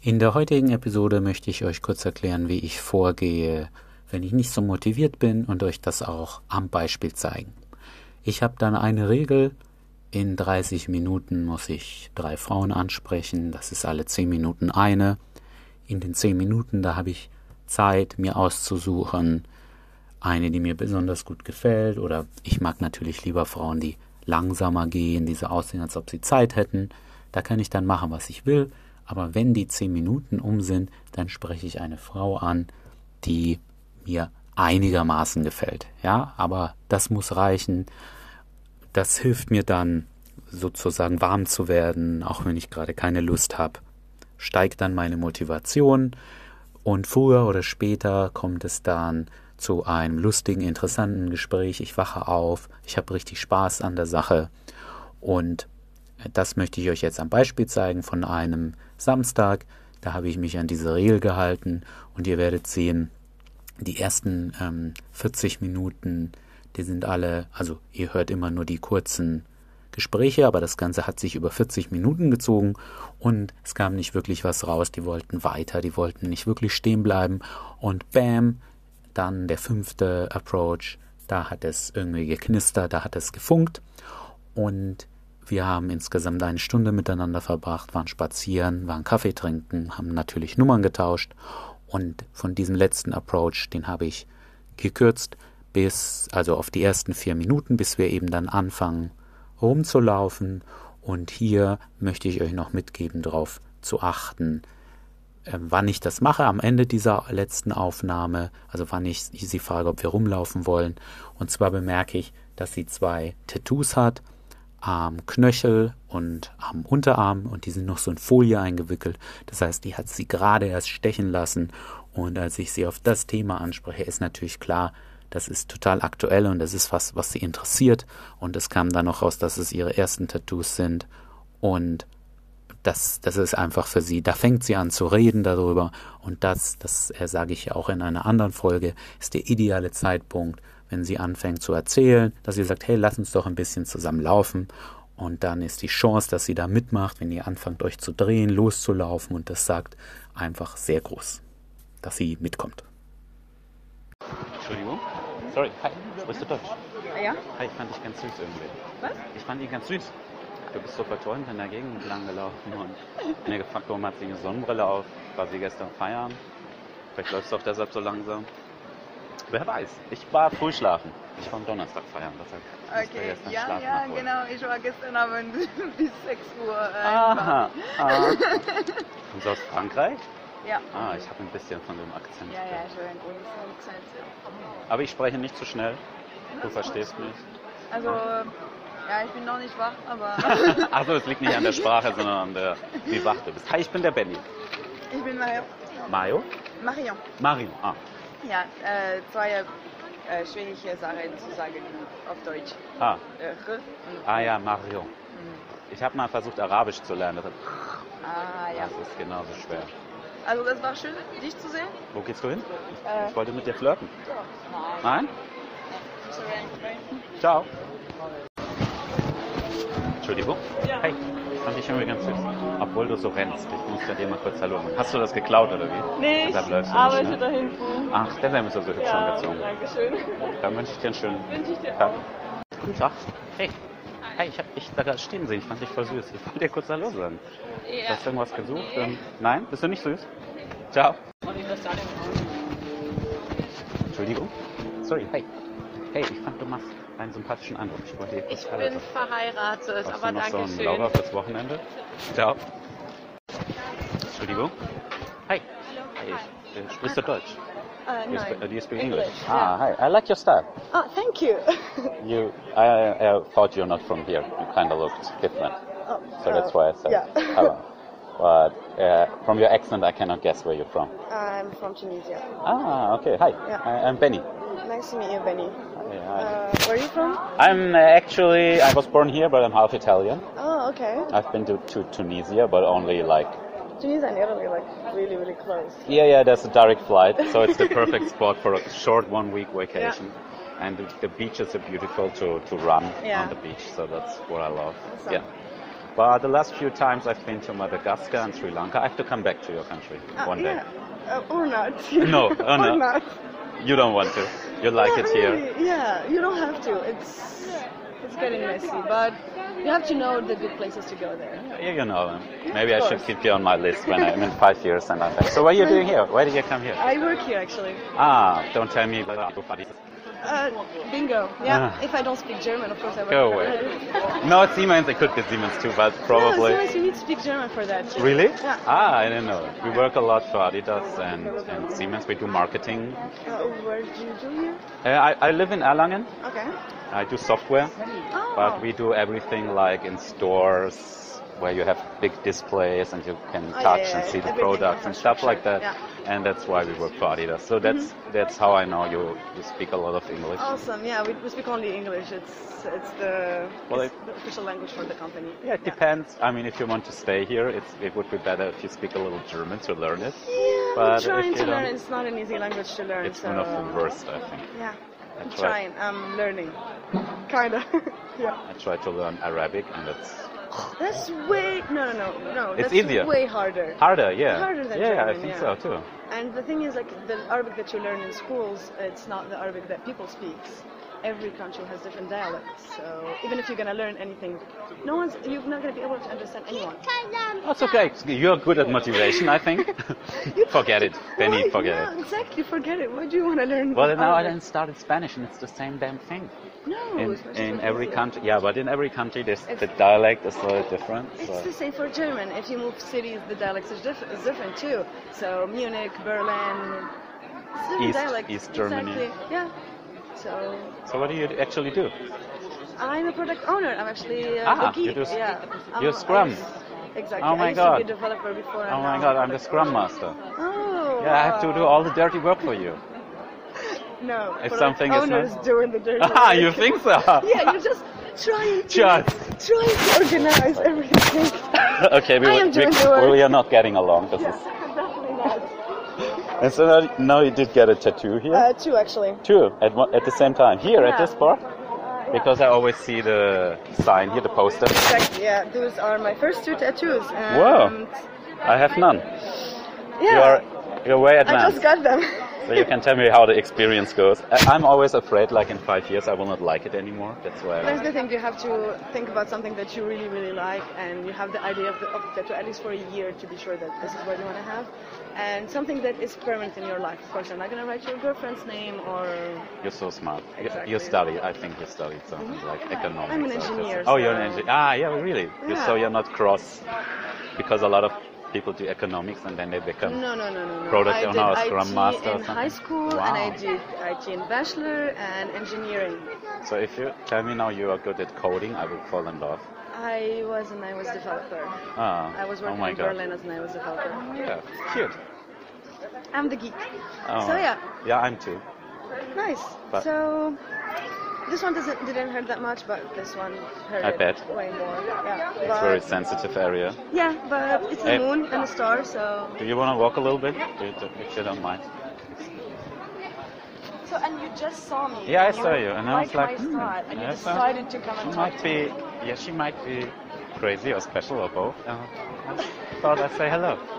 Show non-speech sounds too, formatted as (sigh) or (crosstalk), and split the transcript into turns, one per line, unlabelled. In der heutigen Episode möchte ich euch kurz erklären, wie ich vorgehe, wenn ich nicht so motiviert bin und euch das auch am Beispiel zeigen. Ich habe dann eine Regel, in 30 Minuten muss ich drei Frauen ansprechen, das ist alle 10 Minuten eine. In den 10 Minuten, da habe ich Zeit, mir auszusuchen, eine, die mir besonders gut gefällt, oder ich mag natürlich lieber Frauen, die langsamer gehen, die so aussehen, als ob sie Zeit hätten. Da kann ich dann machen, was ich will, aber wenn die 10 Minuten um sind, dann spreche ich eine Frau an, die mir einigermaßen gefällt. Ja, aber das muss reichen. Das hilft mir dann sozusagen warm zu werden, auch wenn ich gerade keine Lust habe. Steigt dann meine Motivation und früher oder später kommt es dann zu einem lustigen, interessanten Gespräch. Ich wache auf, ich habe richtig Spaß an der Sache und das möchte ich euch jetzt am Beispiel zeigen von einem Samstag. Da habe ich mich an diese Regel gehalten und ihr werdet sehen, die ersten ähm, 40 Minuten, die sind alle, also ihr hört immer nur die kurzen Gespräche, aber das Ganze hat sich über 40 Minuten gezogen und es kam nicht wirklich was raus. Die wollten weiter, die wollten nicht wirklich stehen bleiben und bam, dann der fünfte Approach, da hat es irgendwie geknistert, da hat es gefunkt und wir haben insgesamt eine Stunde miteinander verbracht, waren spazieren, waren Kaffee trinken, haben natürlich Nummern getauscht und von diesem letzten Approach, den habe ich gekürzt bis, also auf die ersten vier Minuten, bis wir eben dann anfangen rumzulaufen. Und hier möchte ich euch noch mitgeben, darauf zu achten, äh, wann ich das mache am Ende dieser letzten Aufnahme, also wann ich sie frage, ob wir rumlaufen wollen. Und zwar bemerke ich, dass sie zwei Tattoos hat am Knöchel und am Unterarm und die sind noch so in Folie eingewickelt. Das heißt, die hat sie gerade erst stechen lassen und als ich sie auf das Thema anspreche, ist natürlich klar, das ist total aktuell und das ist was, was sie interessiert und es kam dann noch raus, dass es ihre ersten Tattoos sind und das, das ist einfach für sie, da fängt sie an zu reden darüber und das, das sage ich ja auch in einer anderen Folge, ist der ideale Zeitpunkt, wenn sie anfängt zu erzählen, dass sie sagt, hey, lass uns doch ein bisschen zusammen laufen. Und dann ist die Chance, dass sie da mitmacht, wenn ihr anfangt, euch zu drehen, loszulaufen und das sagt, einfach sehr groß, dass sie mitkommt.
Entschuldigung. Sorry, hi. Sprichst du Deutsch?
Ah ja?
Hi, ich fand dich ganz süß irgendwie.
Was?
Ich fand ihn ganz süß. Du bist so verträumt in der Gegend langgelaufen und mir gefragt, warum hat sie eine Sonnenbrille auf? War sie gestern feiern? Vielleicht läufst du auch deshalb so langsam. Wer weiß. Ich war früh schlafen. Ich war am Donnerstag feiern. Deshalb musste
Okay,
gestern
ja,
Schlaf
ja,
nachholen.
genau. Ich war gestern Abend (laughs) bis 6 Uhr. Äh,
Aha.
(laughs)
Ah. Kommst du aus Frankreich?
Ja.
Ah, ich habe ein bisschen von dem Akzent.
Ja, ja,
gehört.
ich habe einen großen Akzent. ja.
Aber ich spreche nicht zu schnell. Du
(laughs)
verstehst mich.
Also, ja, ich bin noch nicht wach, aber (laughs)
Achso, es liegt nicht an der Sprache, sondern an der, wie wach du bist. Hi, ich bin der Benny.
ich bin Marion.
Mario?
Marion.
Mario. Ah,
Ja, äh, zwei äh, schwierige Sachen zu sagen auf Deutsch.
ah,
Äh, r und
ah ja, Mario.
Mhm.
Ich habe mal versucht, Arabisch zu lernen. Das,
ah, ja.
das ist genauso schwer.
Also, das war schön, dich zu sehen.
Wo gehst du hin?
Äh,
Ich wollte mit dir flirten.
nein.
Nein?
Sorry, ich-
Ciao. Entschuldigung. Hi. Ich fand dich irgendwie ganz süß. Obwohl du so rennst. Ich muss ja dir mal kurz Hallo machen. Hast du das geklaut oder wie?
Nee, ich
Deshalb läufst du
arbeite
nicht, ne?
da hinten.
Ach, deshalb bist du so hübsch
ja,
angezogen.
danke schön.
Dann wünsche ich dir einen schönen
Wünsche ich dir
Tag.
auch.
Guten Tag. Hey. Hey, ich hab dich da gerade stehen sehen. Ich fand dich voll süß. Ich wollte dir kurz Hallo sagen. Hast du irgendwas gesucht? Ähm, Nein? Bist du nicht süß? Ciao. Entschuldigung. Sorry. Hey. Hey, ich fand, du machst einen sympathischen Eindruck. Ich wollte dir kurz
Ich
Hallo
bin
sagen.
verheiratet,
Hast
aber
du noch
danke
so einen Lauber
schön.
fürs Wochenende? Ciao. Entschuldigung. Hi. Hi. Äh, Sprichst du Deutsch?
Ah,
You sp-
nein.
do you speak English?
English,
Ah, hi. I like your style.
Ah, thank you.
You, I, I thought you're not from here. You kind of looked different. So that's why I said
Oh, yeah.
hello. But uh, from your accent, I cannot guess where you're from.
I'm from Tunisia.
Ah, okay. Hi.
Yeah.
I, I'm Benny.
Nice to meet you, Benny. Uh,
Hi, hi.
where are you from?
I'm uh, actually, I was born here, but I'm half Italian.
Oh, okay.
I've been to, to Tunisia, but only like
Tunisia and Italy are like really, really close.
Yeah, yeah, there's a direct flight, so it's
(laughs)
the perfect spot for a short one week vacation. And the, the beaches are beautiful to, to run
Yeah.
on the beach, so that's what I love.
Awesome.
Yeah. But the last few times I've been to Madagascar and Sri Lanka, I have to come back to your country
Uh,
one day.
yeah. Uh, or not. (laughs)
No,
or
oh no.
not.
You don't want to. You like
Not
it here.
really. Yeah, you don't have to. It's it's getting messy, but you have to know the good places to go there.
Yeah, you know. um, Maybe
of
I should
course.
keep you on my list when I'm in five years and I'm back. So what are you doing here? Why did you come here?
I work here actually.
Ah, don't tell me. No,
Uh, bingo. Yeah.
Ah.
If I don't speak German, of course (laughs) I work.
Go
for-
away. it's Siemens. It could be Siemens too, but probably.
No, it's nice. You need to speak German for that.
Really?
Yeah.
Ah, I don't know. We work a lot for Adidas and, and Siemens. We do marketing.
Uh, where do you do here?
Uh, I, I live in Erlangen.
Okay.
I do software,
Oh.
but we do everything like in stores where you have big displays and you can
Oh, yeah,
touch
yeah,
and
yeah.
see the
Everything,
products and stuff like that.
yeah. Mm-hmm.
And that's why we work for Adidas. So that's that's how I know you, you speak a lot of English.
Awesome. Yeah, we, we speak only English. It's it's the,
Well,
it's the official language for the company.
Yeah, it depends. I mean, if you want to stay here, it's, it would be better if you speak a little German to learn it.
Yeah,
But
I'm
if
trying
you
to learn.
don't-
It's not an easy language to learn.
It's
so.
one of the worst, I think.
Yeah, I'm
That's right.
trying. I'm learning. Kinda. (laughs) yeah.
I try to learn Arabic, and it's
That's way no no no no.
It's
that's
easier.
Way harder.
harder. Yeah,
Harder than
yeah, I
German,
think
yeah.
so too.
And the thing is, like the Arabic that you learn in schools, it's not the Arabic that people speak. Every country has different dialects. So even if you're gonna learn anything, no one's you're not gonna be able to understand anyone.
That's okay. You're good at motivation, I
(laughs)
think. forget it, Benny.
Why?
forget
no,
it.
Exactly. Forget it. Why do you want to learn?
Well, now I
Arabic?
didn't start in Spanish, and it's the same damn thing.
No.
In,
Oh, it's much
in
more
every
easier.
country, yeah, but in every country, there's, the
It's-
dialect is a little different.
It's
So.
the same for German. If you move cities, the dialects is, diff- is different too. So Munich, Berlin, it's different
East-
dialects.
East Germany.
Exactly. Yeah. So
So what do you actually do?
I'm a product owner. I'm actually uh,
Ah,
a geek.
you do s-
yeah. I'm
you're
a-
Scrum.
Exactly.
Oh
I
my
used
God.
to be a developer before.
Oh my God, I'm the Scrum Master.
Oh.
Yeah, I have to do
wow.
all the dirty work for
(laughs)
you.
No.
if
product
something is not-
owners doing the dirty.
(laughs) Ah,
work.
you think so?
Yeah, you're just trying to
Just.
trying to organize everything. (laughs)
(laughs) okay, we,
I am
we,
doing the work.
(laughs) we are not getting along. This is.
Definitely not.
And so now, now you did get a tattoo here.
Uh, two actually.
Two at one, at the same time here at
Yeah. Uh,
this bar,
yeah.
because I always see the sign here, the poster.
Exactly, yeah. Those are my first two tattoos. And
Wow. I have none.
Yeah,
You are you're way
I
advanced,
just got them. (laughs)
so you can tell me how the experience goes. I, I'm always afraid, like in five years, I will not like it anymore. That's why.
That's
I,
the thing, you have to think about something that you really, really like, and you have the idea of the, of the tattoo at least for a year to be sure that this is what you want to have. And something that is permanent in your life. Of course, you're not going to write your girlfriend's name or.
you're so smart. You- You,
Exactly.
study. I think you studied something like economics.
I'm an
or business.
engineer,
Oh, you're an
so-
engineer. Ah, yeah, really. You're, so
Yeah.
you're not cross, because a lot of people do economics and then they become.
No, no, no, no. no.
Product
I did
owner or
IT
Scrum Master or
in high
something.
school,
Wow.
and I did IT in bachelor and engineering.
So if you tell me now you are good at coding, I will fall in love.
I was an iOS developer.
Ah,
I was
oh
working
my
in
God.
Berlin as an iOS developer.
Yeah, cute.
I'm the geek.
Oh.
So yeah,
Yeah, I'm too.
nice.
But-
so this one doesn't didn't hurt that much, but this one hurt
I
it
bet.
way more. Yeah,
It's
but,
very sensitive area.
yeah, but it's the
Hey.
moon and the star, so
Do you want to walk a little bit, Do you- do- if you don't mind?
so and you just saw me.
Yeah, I saw you, and I was like,
my
hmm,
thought, and you
yes, uh,
decided to come and
She
talk
might
to
be, yeah, she might be crazy or special or both. Uh, I Uh-huh. thought I'd say hello.